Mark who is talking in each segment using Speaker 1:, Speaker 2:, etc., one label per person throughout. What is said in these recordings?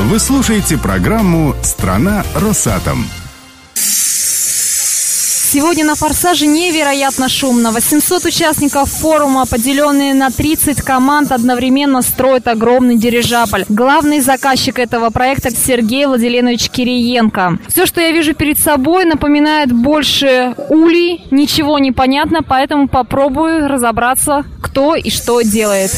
Speaker 1: Вы слушаете программу «Страна Росатом».
Speaker 2: Сегодня на «Форсаже» невероятно шумно. 800 участников форума, поделенные на 30 команд, одновременно строят огромный дирижабль. Главный заказчик этого проекта – Сергей Владиленович Кириенко. Все, что я вижу перед собой, напоминает больше улей. Ничего не понятно, поэтому попробую разобраться, кто и что делает.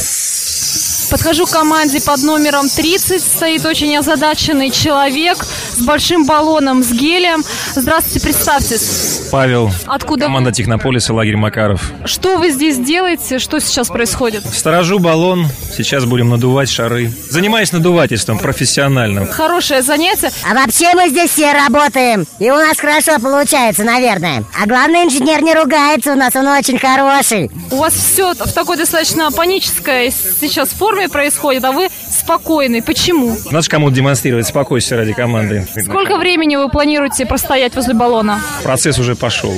Speaker 2: Подхожу к команде под номером 30. Стоит очень озадаченный человек с большим баллоном, с гелем. Здравствуйте, представьтесь.
Speaker 3: Павел,
Speaker 2: Откуда?
Speaker 3: команда Технополиса, лагерь Макаров.
Speaker 2: Что вы здесь делаете? Что сейчас происходит?
Speaker 3: Сторожу баллон, сейчас будем надувать шары. Занимаюсь надувательством профессиональным.
Speaker 2: Хорошее занятие.
Speaker 4: А вообще мы здесь все работаем. И у нас хорошо получается, наверное. А главный инженер не ругается у нас, он очень хороший.
Speaker 2: У вас все в такой достаточно панической сейчас форме происходит, а вы спокойный. Почему?
Speaker 3: Надо же кому-то демонстрировать спокойствие ради команды.
Speaker 2: Сколько времени вы планируете простоять возле баллона?
Speaker 3: Процесс уже пошел.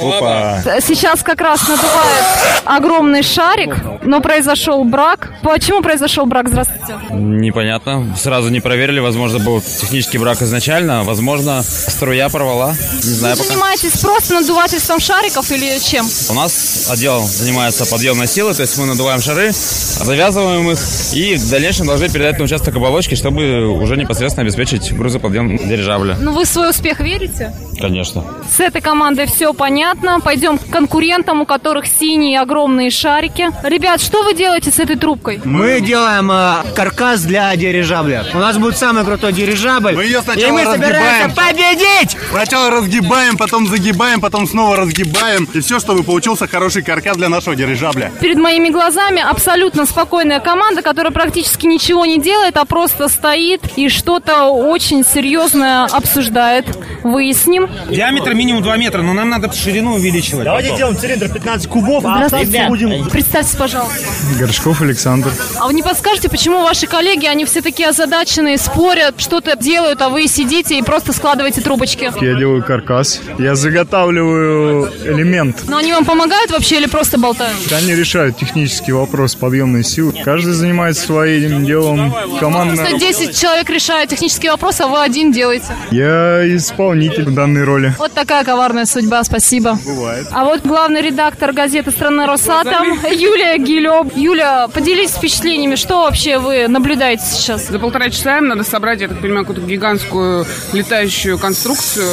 Speaker 3: Опа.
Speaker 2: Сейчас как раз надувает огромный шарик, но произошел брак. Почему произошел брак? Здравствуйте.
Speaker 5: Непонятно. Сразу не проверили. Возможно, был технический брак изначально. Возможно, струя порвала. Не
Speaker 2: Вы
Speaker 5: знаю пока.
Speaker 2: занимаетесь просто надувательством шариков или чем?
Speaker 5: У нас отдел занимается подъемной силой, то есть мы надуваем шары, завязываем их и в дальнейшем должны передать на участок оболочки, чтобы уже непосредственно обеспечить грузоподъем дирижабля.
Speaker 2: Ну вы в свой успех верите?
Speaker 5: Конечно.
Speaker 2: С этой командой все понятно. Пойдем к конкурентам, у которых синие огромные шарики. Ребят, что вы делаете с этой трубкой?
Speaker 6: Мы делаем э, каркас для дирижабля. У нас будет самый крутой дирижабль.
Speaker 7: Мы её сначала
Speaker 6: И мы
Speaker 7: разгибаем.
Speaker 6: собираемся победить!
Speaker 7: Сначала разгибаем, потом загибаем, потом снова разгибаем. И все, чтобы получился хороший каркас для нашего дирижабля.
Speaker 2: Перед моими глазами абсолютно спокойная команда, которая практически ничего не делает, а просто стоит и что-то очень серьезное обсуждает. Выясним.
Speaker 3: Диаметр минимум 2 метра, но нам надо ширину увеличивать.
Speaker 8: делаем цилиндр 15 кубов,
Speaker 2: Здравствуйте. Представьтесь, пожалуйста.
Speaker 1: Горшков Александр.
Speaker 2: А вы не подскажете, почему ваши коллеги, они все такие озадаченные, спорят, что-то делают, а вы сидите и просто складываете трубочки?
Speaker 1: Я делаю каркас. Я заготавливаю элемент.
Speaker 2: Но они вам помогают вообще или просто болтают?
Speaker 1: Они решают технический вопрос подъемной силы. Каждый занимается своим делом. Команда.
Speaker 2: Просто 10 человек решают технические вопросы, а вы один делаете.
Speaker 1: Я исполнитель в данной роли.
Speaker 2: Вот такая коварная судьба, спасибо. Бывает. А вот главный редактор газеты «Страна Росатом» Юлия Гилёб. Юля, поделись впечатлениями, что вообще вы наблюдаете сейчас?
Speaker 9: За полтора часа им надо собрать, я так понимаю, какую-то гигантскую летающую конструкцию.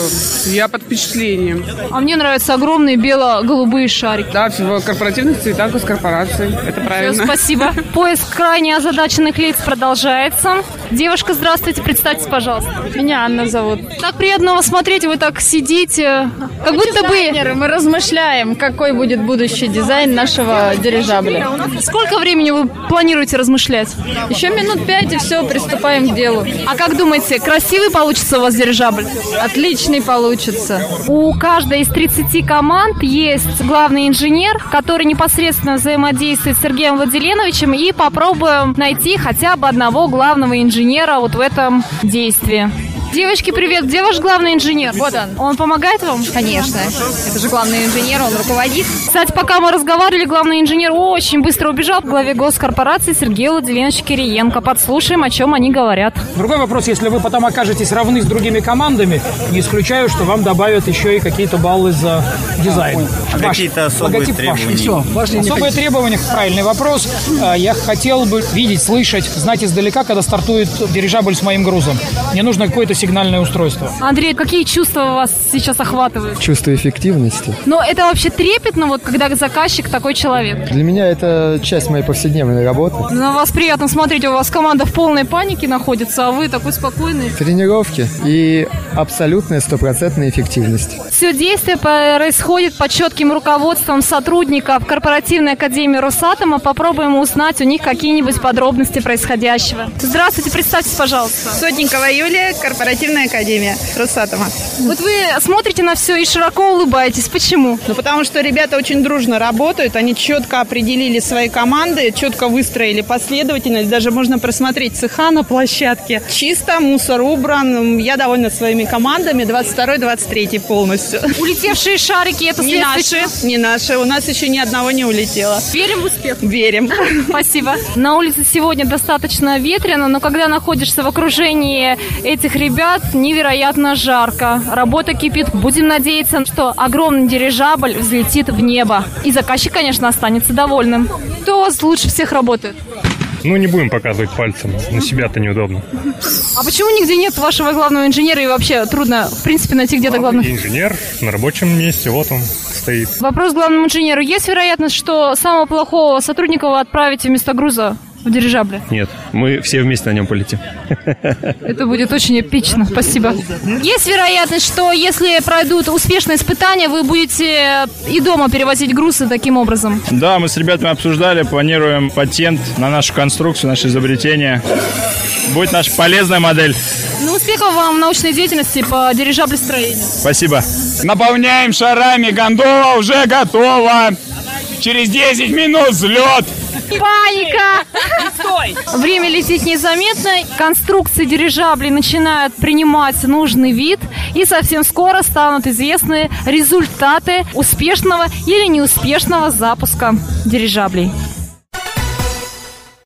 Speaker 9: Я под впечатлением.
Speaker 2: А мне нравятся огромные бело-голубые шарики.
Speaker 9: Да, все в корпоративных цветах, из корпораций. Это
Speaker 2: Всё,
Speaker 9: правильно.
Speaker 2: спасибо. Поиск крайне озадаченных лиц продолжается. Девушка, здравствуйте, представьтесь, пожалуйста.
Speaker 10: Меня Анна зовут.
Speaker 2: Так приятно вас смотреть, вы так сидите, как будто бы...
Speaker 10: Мы размышляем, какой будет будущий дизайн нашего дирижабля.
Speaker 2: Сколько времени вы планируете размышлять?
Speaker 10: Еще минут пять и все, приступаем к делу.
Speaker 2: А как думаете, красивый получится у вас дирижабль?
Speaker 10: Отличный получится.
Speaker 2: У каждой из 30 команд есть главный инженер, который непосредственно взаимодействует с Сергеем Владиленовичем и попробуем найти хотя бы одного главного инженера вот в этом действии. Девочки, привет! Где ваш главный инженер? Вот он. Он помогает вам?
Speaker 10: Конечно. Это же главный инженер, он руководит.
Speaker 2: Кстати, пока мы разговаривали, главный инженер очень быстро убежал к главе госкорпорации Сергею Владиленовичу Кириенко. Подслушаем, о чем они говорят.
Speaker 11: Другой вопрос, если вы потом окажетесь равны с другими командами, не исключаю, что вам добавят еще и какие-то баллы за дизайн.
Speaker 8: А, какие-то особые требования?
Speaker 11: Все, особые требования, правильный вопрос. А, Я хотел бы видеть, слышать, знать издалека, когда стартует дирижабль с моим грузом. Мне нужно какое-то сигнальное устройство.
Speaker 2: Андрей, какие чувства вас сейчас охватывают?
Speaker 8: Чувство эффективности.
Speaker 2: Но это вообще трепетно, вот когда заказчик такой человек.
Speaker 8: Для меня это часть моей повседневной работы.
Speaker 2: На вас приятно смотреть, у вас команда в полной панике находится, а вы такой спокойный.
Speaker 8: Тренировки и абсолютная стопроцентная эффективность.
Speaker 2: Все действие происходит под четким руководством сотрудников корпоративной академии Росатома. Попробуем узнать у них какие-нибудь подробности происходящего. Здравствуйте, представьтесь, пожалуйста.
Speaker 10: Сотникова Юлия, корпоративная
Speaker 12: Корпоративная академия Росатома.
Speaker 2: Вот вы смотрите на все и широко улыбаетесь. Почему?
Speaker 12: Ну, потому что ребята очень дружно работают, они четко определили свои команды, четко выстроили последовательность, даже можно просмотреть цеха на площадке. Чисто, мусор убран, я довольна своими командами, 22-23 полностью.
Speaker 2: Улетевшие шарики, это
Speaker 12: Не наши,
Speaker 2: следствие
Speaker 12: не наши, у нас еще ни одного не улетело.
Speaker 2: Верим в успех?
Speaker 12: Верим.
Speaker 2: Спасибо. На улице сегодня достаточно ветрено, но когда находишься в окружении этих ребят, невероятно жарко. Работа кипит. Будем надеяться, что огромный дирижабль взлетит в небо. И заказчик, конечно, останется довольным. Кто у вас лучше всех работает?
Speaker 13: Ну, не будем показывать пальцем. На себя-то неудобно.
Speaker 2: А почему нигде нет вашего главного инженера и вообще трудно, в принципе, найти где-то главного?
Speaker 13: Инженер на рабочем месте, вот он стоит.
Speaker 2: Вопрос к главному инженеру. Есть вероятность, что самого плохого сотрудника вы отправите вместо груза в дирижабле?
Speaker 3: Нет, мы все вместе на нем полетим.
Speaker 2: Это будет очень эпично. Спасибо. Есть вероятность, что если пройдут успешные испытания, вы будете и дома перевозить грузы таким образом?
Speaker 14: Да, мы с ребятами обсуждали, планируем патент на нашу конструкцию, наше изобретение. Будет наша полезная модель.
Speaker 2: Ну, успехов вам в научной деятельности по дирижаблестроению.
Speaker 14: Спасибо.
Speaker 5: Наполняем шарами, гондола уже готова. Через 10 минут взлет.
Speaker 2: Паника! Время летит незаметно, конструкции дирижаблей начинают принимать нужный вид, и совсем скоро станут известны результаты успешного или неуспешного запуска дирижаблей.